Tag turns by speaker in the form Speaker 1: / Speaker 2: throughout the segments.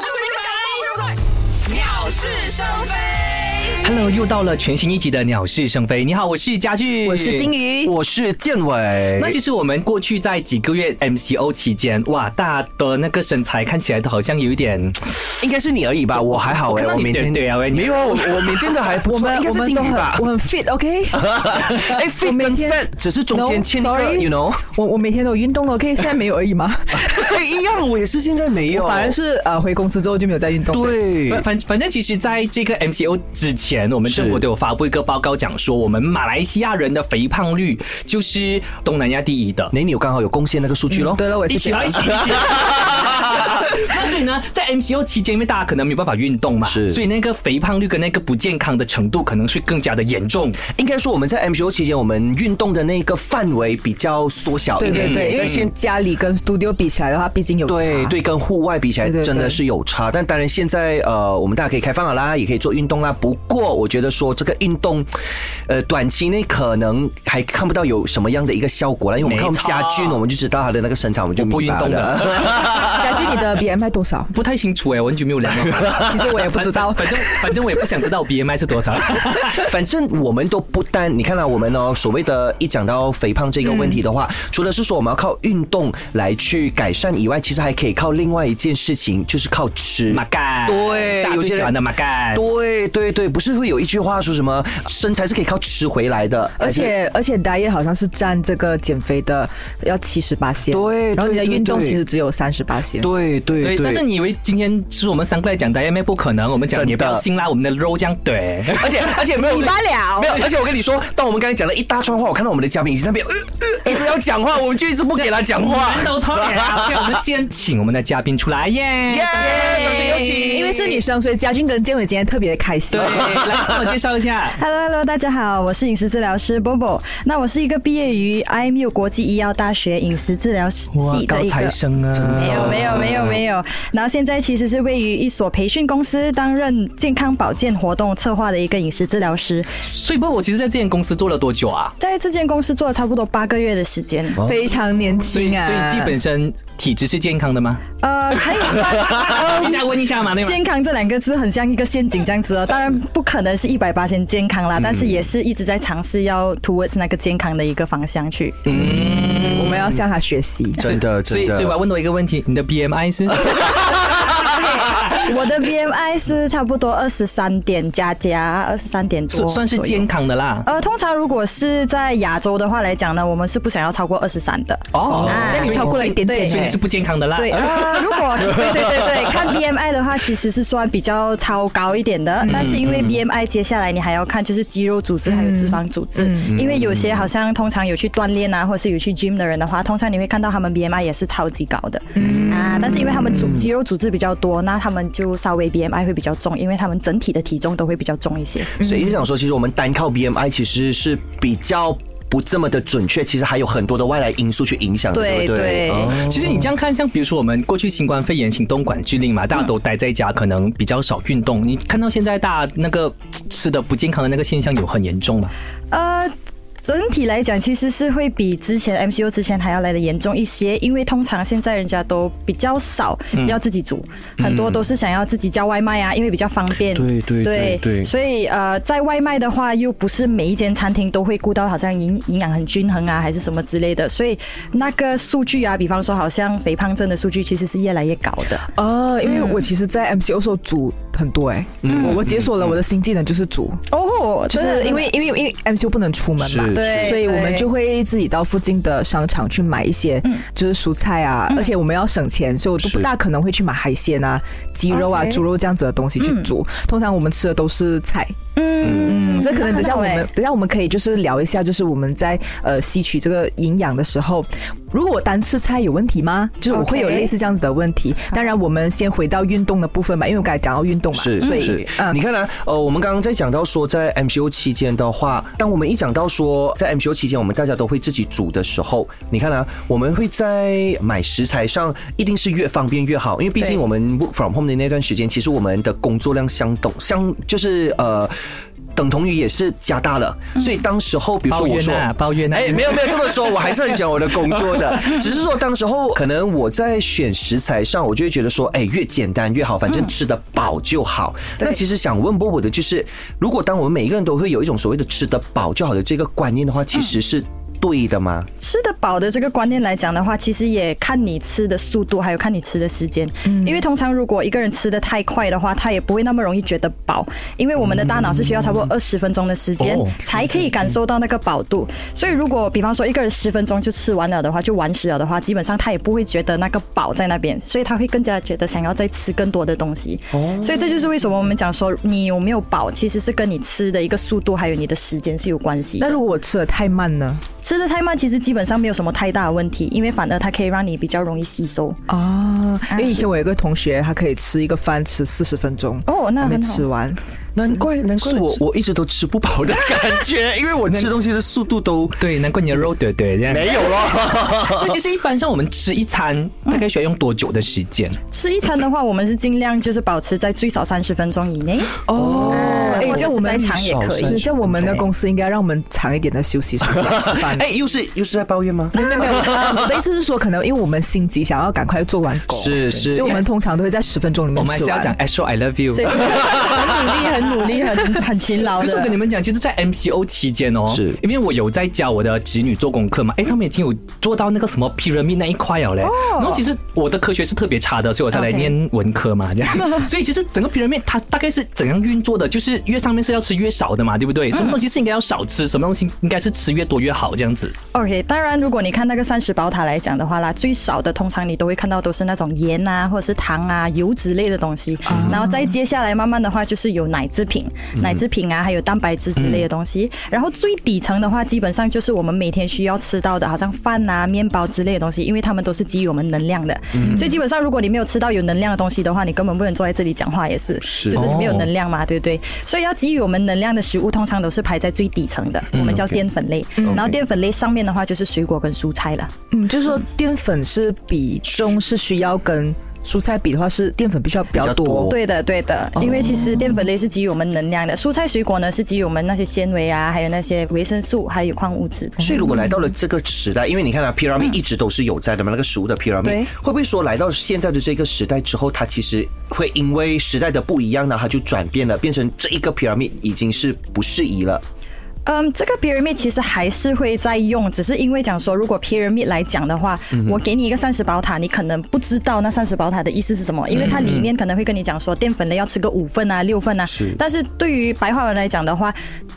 Speaker 1: 不跟你讲了，鸟是生非。
Speaker 2: Hello，又到了全新一集的《鸟是生非》。你好，我是家具，
Speaker 3: 我是金。鱼。
Speaker 4: 我是建伟
Speaker 2: 那。其实我们过去在几个月 MCO 期间，哇，大家的那个身材看起来都好像有一点，
Speaker 4: 应该是你而已吧？我还好
Speaker 2: 我
Speaker 4: 哎、
Speaker 2: 看到
Speaker 4: 我
Speaker 2: 你
Speaker 4: 每天
Speaker 2: 对对啊喂你
Speaker 4: 没有啊，我我每天都还不
Speaker 3: 我
Speaker 4: 错，
Speaker 3: 们
Speaker 4: 应该
Speaker 3: 我
Speaker 4: 是
Speaker 3: 们
Speaker 4: 金
Speaker 3: 都
Speaker 4: 鱼
Speaker 3: 很
Speaker 4: 吧
Speaker 3: 我？很 fit，OK、
Speaker 4: 哎，fit
Speaker 3: 每
Speaker 4: 跟
Speaker 3: 天
Speaker 4: fat 只是 中间欠一
Speaker 3: No，sorry
Speaker 4: 个，you know？
Speaker 3: 我我每天都有运动了，OK，现在 没有而已嘛。
Speaker 4: 哎，一样，我也是现在没 有，
Speaker 3: 反而是呃回公司之后就没有再运 动。
Speaker 4: 对
Speaker 2: 反反反正其实在这个 MCO 之前，我们
Speaker 4: 是
Speaker 2: 政府都有发布一个报告，讲说我们马来西亚人的肥胖率就是东南亚第一的。
Speaker 4: 那你有刚好有贡献那个数据咯。
Speaker 3: 嗯对了，我也
Speaker 2: 一
Speaker 3: 是
Speaker 2: 起
Speaker 3: 这
Speaker 2: 来，
Speaker 3: 样
Speaker 2: 一起来，一起来。那所以呢，在 MCO 期间，因为大家可能没有办法运动嘛，
Speaker 4: 是
Speaker 2: 所以那个肥胖率跟那个不健康的程度可能是更加的严重。
Speaker 4: 应该说我们在 MCO 期间，我们运动的那个范围比较缩小一
Speaker 3: 对对
Speaker 4: 点
Speaker 3: 对，
Speaker 4: 点，
Speaker 3: 因为
Speaker 4: 但现
Speaker 3: 先家里跟 studio 比起来的话，毕竟有差
Speaker 4: 嗯对对，跟户外比起来
Speaker 3: 对对对
Speaker 4: 真的是有差。但当然现在呃，我们大家可以开放了啦，也可以做运动啦。不过我觉得说这个运动，呃，短期内可能还看不到有什么样的一个效果啦，因为我们看我们
Speaker 2: 没错
Speaker 4: 家俊，我们就知道他的那个身材，我们就
Speaker 2: 我不
Speaker 4: 明白
Speaker 2: 运动
Speaker 4: 了。
Speaker 3: 家具你的 BMI 多少？
Speaker 2: 不太清楚哎、我很久没有量 了。
Speaker 3: 其实我也不知道
Speaker 2: 反反正反正我也不想知道 BMI 是多少。
Speaker 4: 反正我们都不单，你看到我们哦，所谓的一讲到肥胖这个问题的话，除了是说我们要靠运动来去改善以外，其实还可以靠另外一件事情，就是靠吃。
Speaker 2: 马盖，
Speaker 4: 对
Speaker 2: 大家
Speaker 4: 有
Speaker 2: 最喜
Speaker 4: 些人
Speaker 2: 欢的马盖。
Speaker 4: 对对对，不是会有一句话说什么身材是可以靠吃回来的，
Speaker 3: 而
Speaker 4: 还是
Speaker 3: 且而且 diet 好像是占这个减肥的要七十八线，
Speaker 4: 对
Speaker 3: 然后你的
Speaker 4: 对对
Speaker 3: 运动
Speaker 4: 对
Speaker 3: 其实只有三十八线。
Speaker 4: 对对
Speaker 2: 对，但是
Speaker 4: 对。
Speaker 2: 你以为今天是我们三个来讲 d i a 不可能，我们讲
Speaker 4: 真的
Speaker 2: 也不要信啦，我们的肉这样怼。
Speaker 4: 而且而且没有
Speaker 3: 你罢了
Speaker 4: 没有。而且我跟你说，当我们刚才讲了一大串话，我看到我们的嘉宾已经在那边、呃呃、一直要讲话，我们就一直不 给他讲话。
Speaker 2: 人都错了，OK，我们先请我们的嘉宾出来耶。
Speaker 4: 耶，掌声有请。
Speaker 3: 因为是女生，所以家俊跟建伟今天特别的开心
Speaker 2: 对，。 来自我介绍一下。
Speaker 5: Hello Hello，大家好，我是饮食治疗师 Bobo。那我是一个毕业于 IMU 国际医药大学饮食治疗系的一个。
Speaker 2: 生啊，
Speaker 5: 没有没有没有没有，然后现在其实是位于一所培训公司担任健康保健活动策划的一个饮食治疗师，
Speaker 2: 所以，不，我其实在这间公司做了多久啊？
Speaker 5: 在这间公司做了差不多八个月的时间，
Speaker 4: 哦
Speaker 3: 非常年
Speaker 2: 所以，
Speaker 3: 轻啊。
Speaker 2: 所以自己本身体质是健康的吗？
Speaker 5: 呃，可以算
Speaker 4: 啊
Speaker 2: 人
Speaker 5: 呃
Speaker 2: 家问一下嘛，那个
Speaker 5: 健康这两个字很像一个陷阱这样子哦，当然不可能是一百八千健康啦，但是也是一直在尝试要 towards 那个健康的一个方向去。
Speaker 4: 嗯
Speaker 5: 嗯
Speaker 3: 我们要向他学习。
Speaker 4: 真的
Speaker 2: 嗯所以，
Speaker 4: 真的
Speaker 2: 所以我要问多一个问题，你的 BMI 是？
Speaker 5: 我的 BMI 是差不多二十三点加加，二十三点多，
Speaker 2: 算算是健。康的啦。
Speaker 5: 呃，通常如果是在亚洲的话来讲呢，我们是不想要超过二十三的。
Speaker 2: 哦
Speaker 5: 啊
Speaker 3: 这样你超过了一点点
Speaker 5: 对
Speaker 2: 所以你是不健康的啦。
Speaker 5: 对，呃， 如果对对对对，看 BMI 的话，其实是算比较超高一点的，但是因为 BMI 接下来你还要看就是肌肉组织还有脂肪组织，因为有些好像通常有去锻炼啊，或者是有去 gym 的人的话，通常你会看到他们 BMI 也是超级高的，啊，但是因为他们组肌肉组织比较多，那他们就稍微 BMI 会比较重，因为他们整体的体重都会比较重一些。
Speaker 4: 所以是想说，其实我们单靠 BMI 其实是比较不这么的准确，其实还有很多的外来因素去影响的，对
Speaker 5: 对
Speaker 4: 不对？
Speaker 5: 对
Speaker 4: 哦
Speaker 2: 其实你这样看，像比如说我们过去新冠肺炎行动管制令嘛，大家都待在家，可能比较少运动。你看到现在大家那个吃的不健康的那个现象有很严重吗？
Speaker 5: 呃。整体来讲，其实是会比之前 MCO 之前还要来的严重一些，因为通常现在人家都比较少要自己煮，很多都是想要自己叫外卖啊，因为比较方便。
Speaker 4: 对对对对
Speaker 5: 所以呃，在外卖的话，又不是每一间餐厅都会顾到好像营营养很均衡啊，还是什么之类的，所以那个数据啊，比方说好像肥胖症的数据，其实是越来越高的。
Speaker 3: 哦，因为
Speaker 5: 嗯
Speaker 3: 我其实，在 MCO 时候煮很多哎、我我解锁了我的新技能就是煮，
Speaker 5: 哦，
Speaker 3: 就是因为因为因为 MCO 不能出门嘛
Speaker 4: 是，
Speaker 5: 对，
Speaker 3: 所以我们就会自己到附近的商场去买一些，
Speaker 5: 嗯
Speaker 3: 就是蔬菜啊，而且我们要省钱，所以我都不
Speaker 4: 是
Speaker 3: 大可能会去买海鲜啊、鸡肉啊、
Speaker 5: OK 嗯
Speaker 3: 猪肉这样子的东西去煮。通常我们吃的都是菜，嗯嗯，所以可能等下我
Speaker 5: 很好
Speaker 3: 们
Speaker 5: 欸
Speaker 3: 等下我们可以就是聊一下，就是我们在呃吸取这个营养的时候，如果我单吃菜有问题吗？就是我会有
Speaker 5: OK
Speaker 3: 类似这样子的问题。当然，我们先回到运动的部分吧，因为我刚才讲到运动嘛，
Speaker 4: 是
Speaker 3: 所
Speaker 4: 是
Speaker 3: 以
Speaker 4: 是，
Speaker 3: 嗯
Speaker 4: 你。看啊，呃，我们刚刚在讲到说，在 MCO 期间的话，当我们一讲到说，在 MCO 期间我们大家都会自己煮的时候，你看啊，我们会在买食材上一定是越方便越好，因为毕
Speaker 3: 对
Speaker 4: 竟嗯我们 work from home 的那段时间，其实我们的工作量相等相就是呃。等同于也是加大了。所以当时候，比如说
Speaker 2: 抱怨
Speaker 4: 我说
Speaker 2: 啊抱怨啊
Speaker 4: 哎，没有没有这么说，我还是很喜欢我的工作的，只是说当时候可能我在选食材上，我就会觉得说，哎，越简单越好，反
Speaker 3: 嗯
Speaker 4: 正吃得饱就好。那其实想问波波的就是，如果当我们每一个人都会有一种所谓的吃得饱就好的这个观念的话，
Speaker 3: 嗯
Speaker 4: 其实是对的吗？
Speaker 5: 吃得饱的这个观念来讲的话，其实也看你吃的速度，还有看你吃的时间。因为通常如果一个人吃的太快的话，他也不会那么容易觉得饱，因为我们的大脑是需要差不多二十分钟的时间
Speaker 2: 哦
Speaker 5: 才可以感受到那个饱度。所以如果比方说一个人十分钟就吃完了的话，就完食了的话，基本上他也不会觉得那个饱在那边，所以他会更加觉得想要再吃更多的东西。所以这就是为什么我们讲说你有没有饱，其实是跟你吃的一个速度还有你的时间是有关系的。
Speaker 3: 那如果我吃的太慢呢？
Speaker 5: 吃的太慢其实基本上没有什么太大的问题，因为反而它可以让你比较容易吸收。
Speaker 3: 啊，因为以前我有一个同学，他可以吃一个饭吃四十分钟，
Speaker 5: 哦，那
Speaker 3: 还没
Speaker 5: 很好
Speaker 3: 吃。完。
Speaker 4: 难怪难怪
Speaker 3: 是
Speaker 4: 我我一直都吃不饱的感觉，因为我吃东西的速度都
Speaker 2: 对，难怪你的肉对对这样。
Speaker 4: 没有了。
Speaker 2: 所以其实一般上我们吃一餐大概需要用多久的时间？
Speaker 5: 吃一餐的话，我们是尽量就是保持在最少三十分钟以内。
Speaker 3: 哦，哎，
Speaker 5: 或者
Speaker 3: 这样我
Speaker 5: 是再
Speaker 3: 们
Speaker 5: 长也可以。
Speaker 3: 是这样我们的公司应该让我们长一点的休息时间吃 饭。
Speaker 4: 哎，又是又是在抱怨吗？
Speaker 3: 没有没有没有， 呃我的意思是说，可能因为我们心急，想要赶快做完狗，
Speaker 4: 是是
Speaker 3: 所以我们通常都会在十分钟里
Speaker 2: 我
Speaker 3: 面
Speaker 2: 们还
Speaker 3: 吃
Speaker 2: 是要
Speaker 3: 完。
Speaker 2: 讲 I show I love you。
Speaker 5: 所以很努力，很努力，很很勤劳
Speaker 2: 可是我跟你
Speaker 5: 的。
Speaker 2: 们讲，就是在 MCO 期间哦，
Speaker 4: 是
Speaker 2: 因为我有在教我的侄女做功课嘛，哎，他们已经有做到那个什么 pyramid 那一块哦了嘞。然后其实我的科学是特别差的，所以我才来
Speaker 5: OK
Speaker 2: 念文科嘛，这样。 所以其实整个 pyramid 它大概是怎样运作的？就是越上面是要吃越少的嘛，对不对？什么东西是应该要少吃，什么东西应该是吃越多越好这样子。
Speaker 5: OK，当然，如果你看那个膳食宝塔来讲的话啦，最少的通常你都会看到都是那种盐啊，或者是糖啊、油脂类的东西。然后再接下来慢慢的话，就是有奶制品、奶制品啊，还有蛋白质之类的东西。然后最底层的话，基本上就是我们每天需要吃到的，好像饭啊、面包之类的东西，因为它们都是基于我们能量的。所以基本上，如果你没有吃到有能量的东西的话，你根本不能坐在这里讲话，也是，就是你
Speaker 4: 哦
Speaker 5: 没有能量嘛，对不对？所以要给予我们能量的食物，通常都是排在最底层的，我们叫
Speaker 4: 嗯 OK 哦
Speaker 5: 淀粉类。然后淀粉类上面的话就是水果跟蔬菜了。
Speaker 3: 嗯，就是说淀粉是比重是需要跟蔬菜比的话，是淀粉必须要比较
Speaker 4: 比较
Speaker 3: 多
Speaker 4: 多。
Speaker 5: 对的，对的，因为其实淀粉类是给予我们能量的，蔬菜水果呢是给予我们那些纤维啊，还有那些维生素，还有矿物质。
Speaker 4: 所以，如果来到了这个时代，因为你看啊，pyramid 一直都是有在的嘛，那个食物的 pyramid，
Speaker 5: 嗯对
Speaker 4: 会不会说来到现在的这个时代之后，它其实会因为时代的不一样呢，它就转变了，变成这一个 pyramid 已经是不适宜了。
Speaker 5: 嗯，这个 pyramid 其实还是会在用，只是因为讲说，如果 pyramid 来讲的话，我给你一个膳食宝塔，你可能不知道那膳食宝塔的意思是什么，因为它里面可能会跟你讲说淀粉类要吃个五份啊、六份啊，但是对于白话文来讲的话，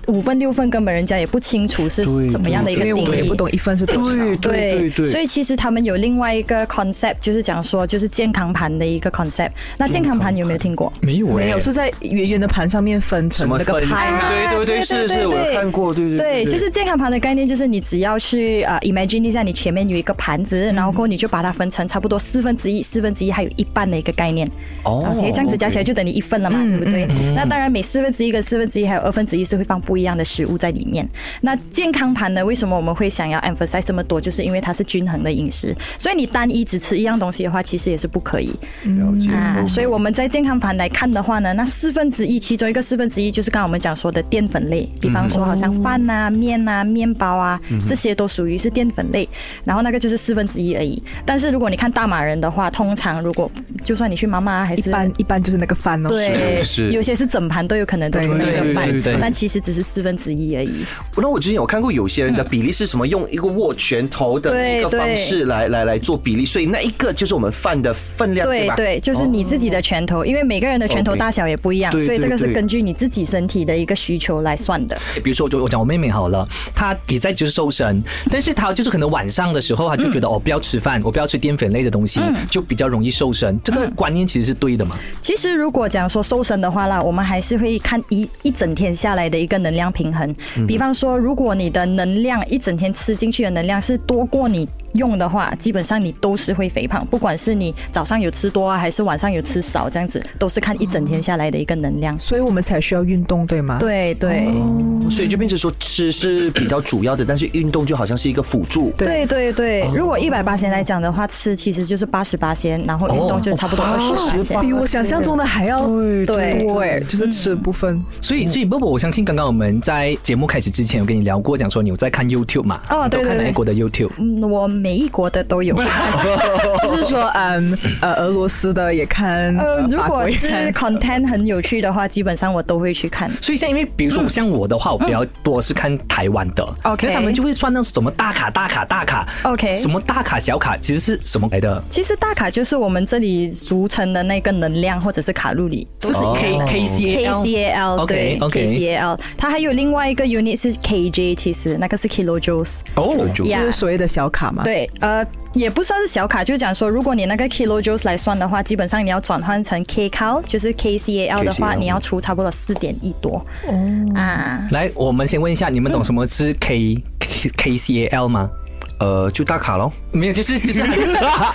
Speaker 5: 五份六份根本人家也不清楚是什么样的一个
Speaker 3: 因为
Speaker 5: 定
Speaker 3: 我们也
Speaker 5: 义
Speaker 3: 不。懂一份是多少。
Speaker 5: 对所以其实他们有另外一个 concept，就是讲说就是健康盘的一个 concept。那健康盘有没有听过？
Speaker 2: 没有哎
Speaker 3: 没有是在圆圆的盘上面分成那个
Speaker 4: 分啊
Speaker 3: 派嘛。
Speaker 4: 对对对，是是，我有看过，对对
Speaker 5: 对，就是健康盘的概念，就是你只要去啊、呃 imagine 一下，你前面有一个盘子，然后过后你就把它分成差不多四分之一、四分之一还有一半的一个概念。
Speaker 4: 哦
Speaker 5: OK，这样子加起来
Speaker 4: OK
Speaker 5: 就等于一份了嘛，对不对？那当然，每四分之一跟四分之一还有二分之一是会放不一样的食物在里面。那健康盘呢？为什么我们会想要 emphasize 这么多？就是因为它是均衡的饮食，所以你单一只吃一样东西的话，其实也是不可以。
Speaker 4: 了解。哦
Speaker 5: 啊，所以
Speaker 4: 嗯
Speaker 5: 我们在健康盘来看的话呢，那四分之一，其中一个四分之一就是刚刚我们讲说的淀粉类，比方说好像饭啊、面啊、面包啊，
Speaker 4: 嗯
Speaker 5: 这些都属于是淀粉类。然后那个就是四分之一而已。但是如果你看大马人的话，通常如果就算你去妈妈还
Speaker 3: 一
Speaker 5: 是
Speaker 3: 般一般就是那个饭哦。
Speaker 5: 对，
Speaker 4: 是
Speaker 5: 有些是整盘都有可能都是那
Speaker 2: 对对
Speaker 5: 个饭
Speaker 2: 对对对，
Speaker 5: 但其实只是四分之一而已。
Speaker 4: 那我之前有看过有些人的比例是什么，用一个握拳头的一个
Speaker 5: 对对
Speaker 4: 方式来来来做比例，所以那一个就是我们饭的分量，
Speaker 5: 对
Speaker 4: 吧？
Speaker 5: 对，就是你自己的拳头，因为每个人的拳头
Speaker 4: OK
Speaker 5: 大小也不一样，
Speaker 4: 对
Speaker 5: 所以
Speaker 4: 对
Speaker 5: 这个是
Speaker 4: 对
Speaker 5: 根据你自己身体的一个需求来算的。
Speaker 2: 比如说，我就我讲我妹妹好了，她也在就是瘦身，但是她就是可能晚上的时候，她就觉得、哦，不要吃饭，我不要吃淀粉类的东西，就比较容易瘦身。这个观念其实是对的嘛？
Speaker 5: 其实如果讲说瘦身的话啦，我们还是会看一一整天下来的一个能量平衡。比方说，如果你的能量一整天吃进去的能量是多过你用的话，基本上你都是会肥胖，不管是你早上有吃多啊，还是晚上有吃少，这样子都是看一整天下来的一个能量。
Speaker 3: 所以我们才需要运动，对吗？。
Speaker 5: 对对。
Speaker 4: 所以就变成说吃是比较主要的，但是运动就好像是一个辅助。
Speaker 3: 对
Speaker 5: 对对对，如果一百八先来讲的话，吃其实就是八十八先，然后运动就差不多二十八先。
Speaker 3: 哦比我想象中的还要
Speaker 5: 对嗯
Speaker 3: 多哎，就是吃的部分。
Speaker 2: 所以，所以波波，我相信刚刚我们在节目开始之前，有跟你聊过，讲说你有在看 YouTube 嘛？
Speaker 5: 哦
Speaker 2: 你都
Speaker 5: 对对
Speaker 2: 看哪一
Speaker 5: 对
Speaker 2: 国的 YouTube？
Speaker 5: 嗯，我每一国的都有。
Speaker 3: 就是说，嗯，呃，俄罗斯的也看，
Speaker 5: 呃，如
Speaker 3: 法国
Speaker 5: 果
Speaker 3: 也
Speaker 5: 是
Speaker 3: 看
Speaker 5: content 很有趣的话，基本上我都会去看。
Speaker 2: 所以像因为比如说像我的话，我比较多是看台湾的
Speaker 5: 嗯 OK
Speaker 2: 可能他们就会算那种什么大卡大卡大卡
Speaker 5: OK
Speaker 2: 什么大卡小卡其实是什么来的？
Speaker 5: 其实大卡就是我们这里俗称的那个能量或者是卡路里，都是一个
Speaker 2: K
Speaker 5: 能
Speaker 2: K C L
Speaker 5: KCAL 对
Speaker 2: 哦 OK，OK
Speaker 5: KCAL，它还有另外一个 unit 是 KJ，其实那个是 kilojoules。
Speaker 2: 哦，
Speaker 4: 就
Speaker 3: 就是
Speaker 5: Yeah
Speaker 3: 所谓的小卡
Speaker 2: 啊
Speaker 3: 嘛。
Speaker 5: 对，呃，也不算是小卡，就是讲说，如果你那个 kilojoules 来算的话，基本上你要转换成 kcal，就是 KCAL 的话，
Speaker 4: KCAL
Speaker 5: 你要出差不多四点一多。哦啊，
Speaker 2: 来，我们先问一下，你们懂什么
Speaker 5: 嗯
Speaker 2: 是 K K K C A L 吗？
Speaker 4: 呃，就大卡咯。
Speaker 2: 没有，就是 就是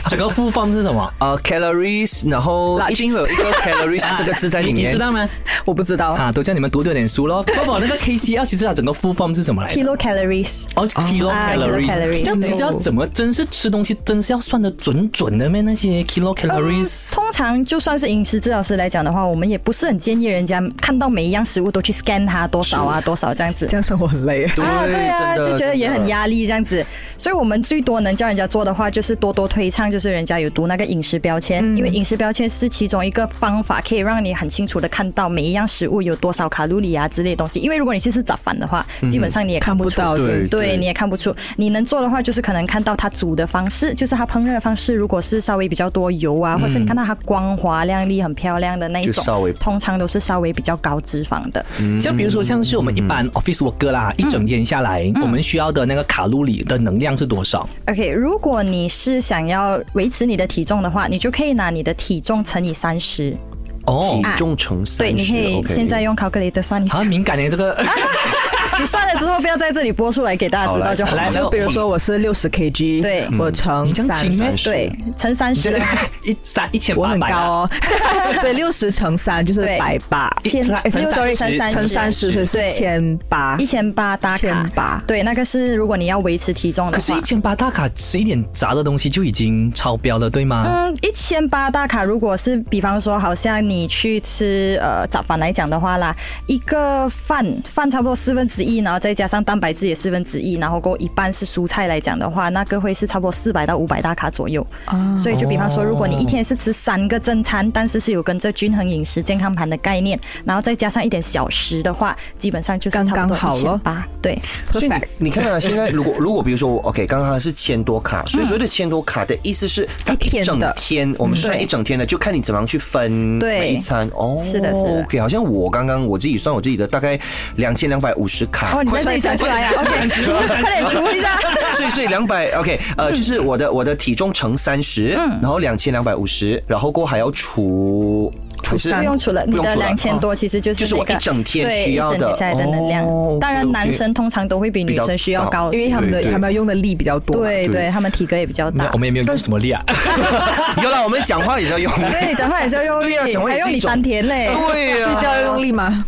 Speaker 2: 整个 full form 是什么？
Speaker 4: 呃，calories，然后一定会有一个 calories 这个字在里
Speaker 2: 你
Speaker 4: 面
Speaker 2: 知。道吗？
Speaker 3: 我不知道，
Speaker 2: 啊，都叫你们多读点书咯。包宝那个 K C L 其实它整个 full form 是什么来的？
Speaker 5: kilocalories。
Speaker 2: 哦，kilo
Speaker 5: 啊
Speaker 2: calories，
Speaker 5: kilocalories
Speaker 2: 这样其实要怎么真是吃东西，真是要算的准准的咩？那些 kilo
Speaker 5: 嗯
Speaker 2: calories，
Speaker 5: 通常就算是饮食治疗师来讲的话，我们也不是很建议人家看到每一样食物都去 scan 它多少啊多少这样子
Speaker 3: 这。样生活很累。
Speaker 5: 啊，对啊，
Speaker 4: 真的
Speaker 5: 就觉得也很
Speaker 4: 真的
Speaker 5: 压力这样子，所以我们最多能叫人家做的话，就是多多推倡，就是人家有读那个饮食标签，
Speaker 4: 嗯
Speaker 5: 因为饮食标签是其中一个方法，可以让你很清楚的看到每一样食物有多少卡路里啊之类的东西。因为如果你是吃早饭的话，
Speaker 4: 嗯
Speaker 5: 基本上你也看
Speaker 3: 看
Speaker 5: 不
Speaker 3: 不
Speaker 5: 出。
Speaker 3: 到
Speaker 4: 对
Speaker 3: 的，
Speaker 5: 对你也看不出，你能做的话就是可能看到它煮的方式，就是它烹饪的方式，如果是稍微比较多油
Speaker 4: 嗯
Speaker 5: 啊，或是你看到它光滑亮丽、很漂亮的那一
Speaker 4: 就
Speaker 5: 种，
Speaker 4: 稍微
Speaker 5: 通常都是稍微比较高脂肪的。
Speaker 2: 像比如说像是我们一般 office worker 啦，一整天下来，我们需要的那个卡路里的能量是多少？
Speaker 5: OK，如果你是想要维持你的体重的话，你就可以拿你的体重乘以三十。
Speaker 2: 哦，
Speaker 4: 体重乘
Speaker 5: 啊对，
Speaker 4: 三
Speaker 5: 你可
Speaker 4: 十
Speaker 5: 以
Speaker 4: ，OK。
Speaker 5: 现在用考格雷的算一下
Speaker 2: 好。敏感的欸这个，
Speaker 5: 你算了之后，不要在这里播出来给大家知道就好。
Speaker 2: 来
Speaker 3: 就比如说我是六十 kg，
Speaker 5: 对
Speaker 3: 我 乘
Speaker 2: 嗯这样
Speaker 3: 啊三
Speaker 2: 轻，咩？
Speaker 5: 对，乘三
Speaker 2: 这
Speaker 5: 十
Speaker 2: 个一三一千
Speaker 3: 我
Speaker 2: 八
Speaker 3: 很
Speaker 2: 百
Speaker 3: 高
Speaker 2: 啊，
Speaker 3: 哦，所以六十乘三就是
Speaker 5: 对
Speaker 3: 百八，
Speaker 5: 千
Speaker 2: 乘
Speaker 5: 哎
Speaker 2: 乘
Speaker 5: sorry，
Speaker 2: 三
Speaker 5: 乘三
Speaker 3: 乘
Speaker 5: 十
Speaker 3: 三十所以是
Speaker 5: 对
Speaker 3: 千八
Speaker 5: 一。千八大卡。
Speaker 3: 1800
Speaker 5: 对，那个是如果你要维持体重的
Speaker 2: 可
Speaker 5: 话。
Speaker 2: 是，一千八大卡吃一点炸的东西就已经超标了，对吗？
Speaker 5: 嗯，一千八大卡，如果是比方说，好像你去吃呃早饭来讲的话啦，一个饭饭差不多四分之一，然后再加上蛋白质也四分之一，然后够一半是蔬菜来讲的话，那个会是差不多四百到五百大卡左右。
Speaker 3: 啊
Speaker 5: 所以就比方说，
Speaker 2: 哦
Speaker 5: 如果你一天是吃三个正餐，但是是有跟这均衡饮食健康盘的概念，然后再加上一点小食的话，基本上就是差
Speaker 3: 刚
Speaker 5: 不
Speaker 3: 刚
Speaker 5: 多
Speaker 3: 好
Speaker 5: 一千
Speaker 3: 咯
Speaker 5: 八。对，
Speaker 4: 所以
Speaker 3: perfect
Speaker 4: 你你看啊，现在如果如果比如说我 OK，刚刚是千多
Speaker 5: 嗯
Speaker 4: 卡，所以所谓的千多卡的意思是它
Speaker 3: 一天的
Speaker 4: 整天，我们算
Speaker 5: 对
Speaker 4: 一整天的，就看你怎么样去分
Speaker 5: 对
Speaker 4: 每一餐哦。
Speaker 5: 是的是的
Speaker 4: OK，好像我刚刚我自己算我自己的大概两千两百五十卡
Speaker 5: 哦，，你在这里算出来呀、o k 快点除一下。
Speaker 4: 所以所以两百 OK，呃，就是我的我的体重乘三十，然后两千两百五十，然后过后还要除啊除哦
Speaker 3: 三
Speaker 5: 不用除了，你的两千多其实就是
Speaker 4: 就是我
Speaker 5: 那个
Speaker 4: 一整天
Speaker 5: 对
Speaker 4: 需要的
Speaker 5: 一整天下来的能量
Speaker 4: 哦。
Speaker 5: 当然，
Speaker 4: ，OK，OK
Speaker 5: 男生通常都会比女生需要高，
Speaker 4: 比
Speaker 3: 因为他们的
Speaker 4: 对对
Speaker 3: 他们要用的力比较多嘛。
Speaker 5: 对
Speaker 4: 对
Speaker 5: 对，他们体格也比较
Speaker 2: 那
Speaker 5: 大
Speaker 2: 我。们也没有用什么力啊。
Speaker 4: 哦有了，我们讲话也是要用力。
Speaker 5: 对，啊讲话也是要用力，
Speaker 4: 对啊呀讲话也
Speaker 5: 还
Speaker 4: 是
Speaker 5: 用
Speaker 4: 一
Speaker 5: 你
Speaker 4: 种
Speaker 5: 丹田嘞。
Speaker 4: 对呀、
Speaker 3: 睡觉要用力吗？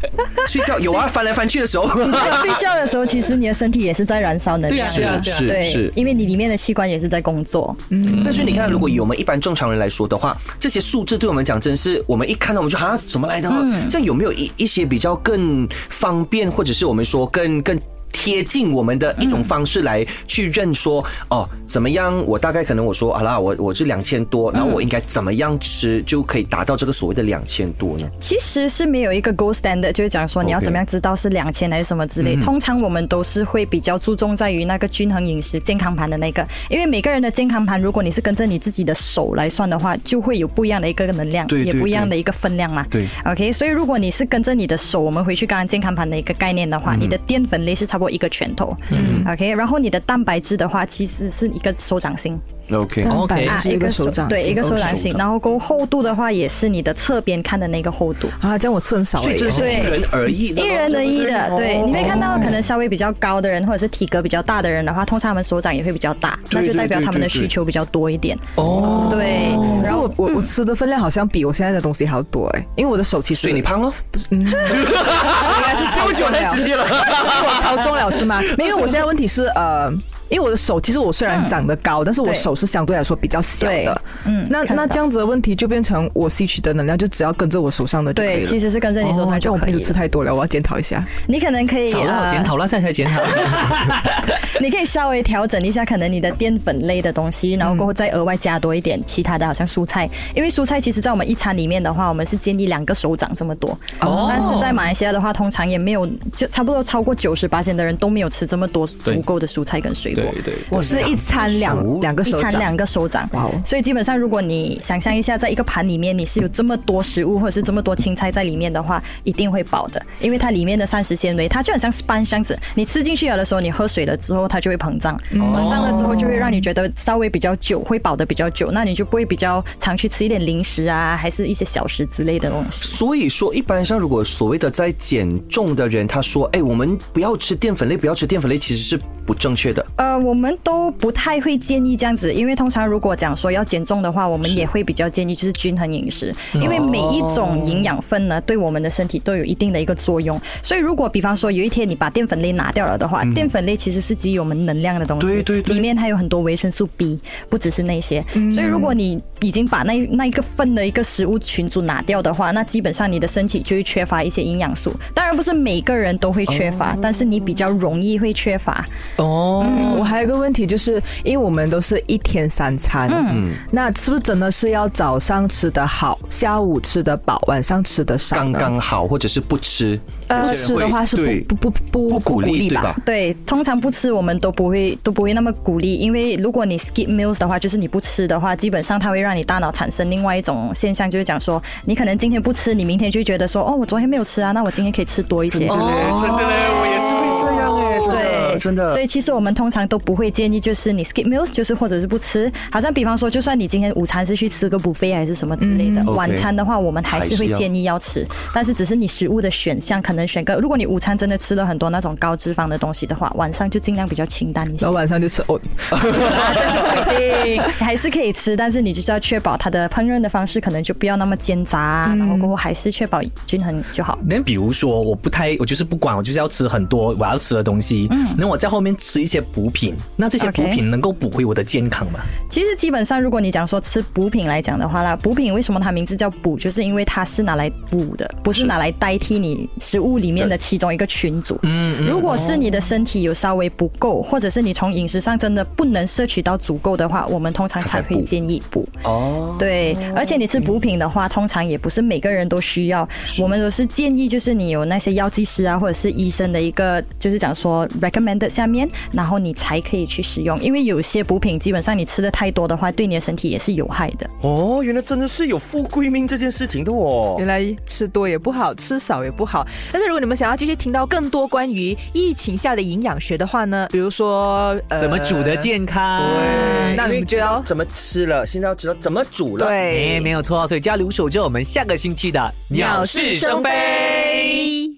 Speaker 4: 睡觉有啊，翻来翻去的时 候。
Speaker 5: 睡觉的时候，其实你的身体也是在燃烧能量
Speaker 2: 对
Speaker 4: 是
Speaker 2: 啊
Speaker 5: 的，
Speaker 4: 是
Speaker 5: 啊对
Speaker 4: 是，，
Speaker 5: 因为你里面的器官也是在工作。
Speaker 4: 但是你看，如果以我们一般正常人来说的话，这些数字对我们讲，真是我们一看到我们就啊，怎么来的？这样有没有一一些比较更方便，或者是我们说更更贴近我们的一种方式来去认说哦，怎么样？我大概可能我说好啦，我我是两千多，然后我应该怎么样吃就可以达到这个所谓的两千多呢？
Speaker 5: 其实是没有一个 gold standard，就是讲说你要
Speaker 4: OK
Speaker 5: 怎么样知道是两千还是什么之类。通常我们都是会比较注重在于那个均衡饮食健康盘的那个，因为每个人的健康盘，如果你是跟着你自己的手来算的话，就会有不一样的一个能量，
Speaker 4: 对对
Speaker 5: 也不一样
Speaker 4: 对
Speaker 5: 的一个分量嘛。
Speaker 4: 对
Speaker 5: OK，所以如果你是跟着你的手，我们回去刚刚健康盘的一个概念的话，你的淀粉类是差不多一个拳头。嗯。OK，然后你的蛋白质的话，其实是一个手掌心。
Speaker 4: OK，
Speaker 2: 哦 OK
Speaker 3: 蛋白是啊一个手掌
Speaker 5: 对，
Speaker 3: 型
Speaker 5: 一个手
Speaker 3: 哦
Speaker 5: 掌
Speaker 4: 手
Speaker 5: 型，
Speaker 4: 掌
Speaker 5: 然后够厚度的话也是你的侧边看的那个厚度。
Speaker 3: 啊，这样我吃很少
Speaker 4: 所以这
Speaker 3: 耶
Speaker 4: 是因人而异的咯，
Speaker 5: 因人而异的，对，你会看到可
Speaker 4: 哦
Speaker 5: 能稍微比较高的人，或者是体格比较大的人的话，通常他们手掌也会比较大，
Speaker 4: 对
Speaker 5: 那就代表他们的
Speaker 4: 对对对
Speaker 5: 需求比较多一点。
Speaker 2: 哦，
Speaker 5: 对，
Speaker 3: 可是我我
Speaker 5: 嗯
Speaker 3: 我吃的分量好像比我现在的东西还要多哎，因为我的手其实
Speaker 4: 所以你胖喽，哦
Speaker 3: 应该是超重了，
Speaker 4: 接了。
Speaker 3: 我超重了是吗？没有，我现在问题是呃。因为我的手，其实我虽然长得高，但是我
Speaker 5: 嗯对
Speaker 3: 手是相对来说比较小的
Speaker 5: 对。嗯
Speaker 3: 那
Speaker 5: 看得
Speaker 3: 那
Speaker 5: 到
Speaker 3: 这样子的问题就变成我吸取的能量就只要跟着我手上的就可以
Speaker 5: 对，
Speaker 3: 了。
Speaker 5: 其实是跟着你手
Speaker 3: 哦
Speaker 5: 上
Speaker 3: 这
Speaker 5: 就
Speaker 3: 样我
Speaker 5: 可
Speaker 3: 平
Speaker 5: 以
Speaker 3: 时吃
Speaker 5: 了。
Speaker 3: 太多了，我要检讨一下。
Speaker 5: 你可能可以
Speaker 2: 早让我检
Speaker 5: 呃，
Speaker 2: 讨了，现在才检讨。
Speaker 5: 你可以稍微调整一下，可能你的淀粉类的东西，然后过后再额外加多一点其他的，好像蔬菜，因为蔬菜其实在我们一餐里面的话，我们是建议两个手掌这么多。
Speaker 2: 哦
Speaker 5: 但是在马来西亚的话，通常也没有，就差不多超过九十八的人都没有吃这么多足够的蔬菜跟水果。
Speaker 2: 对对，
Speaker 3: 我是一餐两两个
Speaker 5: 一
Speaker 3: 手
Speaker 5: 餐
Speaker 3: 掌，
Speaker 5: 两个手掌。
Speaker 3: 哇哦
Speaker 5: 所以基本上，如果你想象一下，在一个盘里面，你是有这么多食物或者是这么多青菜在里面的话，一定会饱的，因为它里面的膳食纤维，它就很像 sponge 这样子，你吃进去了的时候，你喝水了之后，它就会膨胀，
Speaker 3: 嗯哦
Speaker 5: 膨胀了之后就会让你觉得稍微比较久，会饱的比较久，那你就不会比较常去吃一点零食啊，还是一些小食之类的东西。
Speaker 4: 所以说，一般上如果所谓的在减重的人，他说：“哎，我们不要吃淀粉类，不要吃淀粉类”，其实是不正确的。
Speaker 5: 呃，我们都不太会建议这样子，因为通常如果讲说要减重的话，我们也会比较建议就是均衡饮食，因为每一种营养分呢，对我们的身体都有一定的一个作用。所以如果比方说有一天你把淀粉类拿掉了的话，淀粉类其实是给予我们能量的东西，
Speaker 4: 对对对
Speaker 5: 里面还有很多维生素 B，不只是那些。嗯所以如果你已经把那那一个份的一个食物群组拿掉的话，那基本上你的身体就会缺乏一些营养素。当然不是每个人都会缺乏，哦但是你比较容易会缺乏。
Speaker 2: 哦，
Speaker 3: 嗯我还有一个问题，就是因为我们都是一天三餐，嗯，那是不是真的是要早上吃得好，下午吃得饱，晚上吃得少
Speaker 4: 刚
Speaker 3: 呢？
Speaker 4: 刚好，或者是不吃。
Speaker 3: 呃，吃的话是
Speaker 4: 对
Speaker 3: 不不不不
Speaker 4: 不鼓励对
Speaker 3: 吧
Speaker 4: 吧？？
Speaker 5: 对，通常不吃我们都不会都不会那么鼓励，因为如果你 skip meals 的话，就是你不吃的话，基本上它会让你大脑产生另外一种现象，就是讲说你可能今天不吃，你明天就会觉得说哦，我昨天没有吃啊，那我今天可以吃多一些。
Speaker 4: 真的嘞，我也是会这样哎，真
Speaker 5: 对，
Speaker 4: 的真的。
Speaker 5: 所以其实我们通常都不会建议，就是你 skip meals，就是或者是不吃。好像比方说，就算你今天午餐是去吃个 buffet 还是什么之类的，
Speaker 4: 嗯 OK
Speaker 5: 晚餐的话，我们还是
Speaker 4: 还
Speaker 5: 会
Speaker 4: 是要
Speaker 5: 建议要吃，但是只是你食物的选项可能选个，如果你午餐真的吃了很多那种高脂肪的东西的话，晚上就尽量比较清淡一些
Speaker 3: 然后。晚上就吃哦，
Speaker 5: 对，还是可以吃，但是你就是要确保它的烹饪的方式可能就不要那么煎炸啊，
Speaker 4: 嗯
Speaker 5: 然后过后还是确保均衡就好。
Speaker 2: 那比如说，我不太，我就是不管，我就是要吃很多我要吃的东西。嗯，那我在后面吃一些补品，那这些补
Speaker 5: OK
Speaker 2: 品能够补回我的健康吗？
Speaker 5: 其实基本上，如果你讲说吃补品来讲的话啦，补品为什么它名字叫补，就是因为它是拿来补的，不是拿来代替你食物里面的其中一个群组。嗯，如果是你的身体有稍微不够，或者是你从饮食上真的不能摄取到足够的话，我们通常才会建议补。
Speaker 4: 哦，
Speaker 5: 对，而且你吃补品的话，通常也不是每个人都需要。我们都是建议，就是你有那些药剂师啊，或者是医生的一个，就是讲说 recommended 下面，然后你才可以去使用。因为有些补品基本上你吃的太多的话，对你的身体也是有害的。
Speaker 4: 哦，原来真的是有富贵命这件事情的哦
Speaker 6: 原。来吃多也不好，吃少也不好。但是如果你们想要继续听到更多关于疫情下的营养学的话呢，比如说呃
Speaker 2: 怎么煮的健康？
Speaker 3: 呃
Speaker 6: 那
Speaker 4: 因为
Speaker 6: 你们就
Speaker 4: 知道
Speaker 6: 要
Speaker 4: 怎么吃了，现在要知道怎么煮了。
Speaker 2: 哎，
Speaker 6: 对
Speaker 2: 没有错，所以就要留守着我们下个星期的
Speaker 6: 鸟事生非。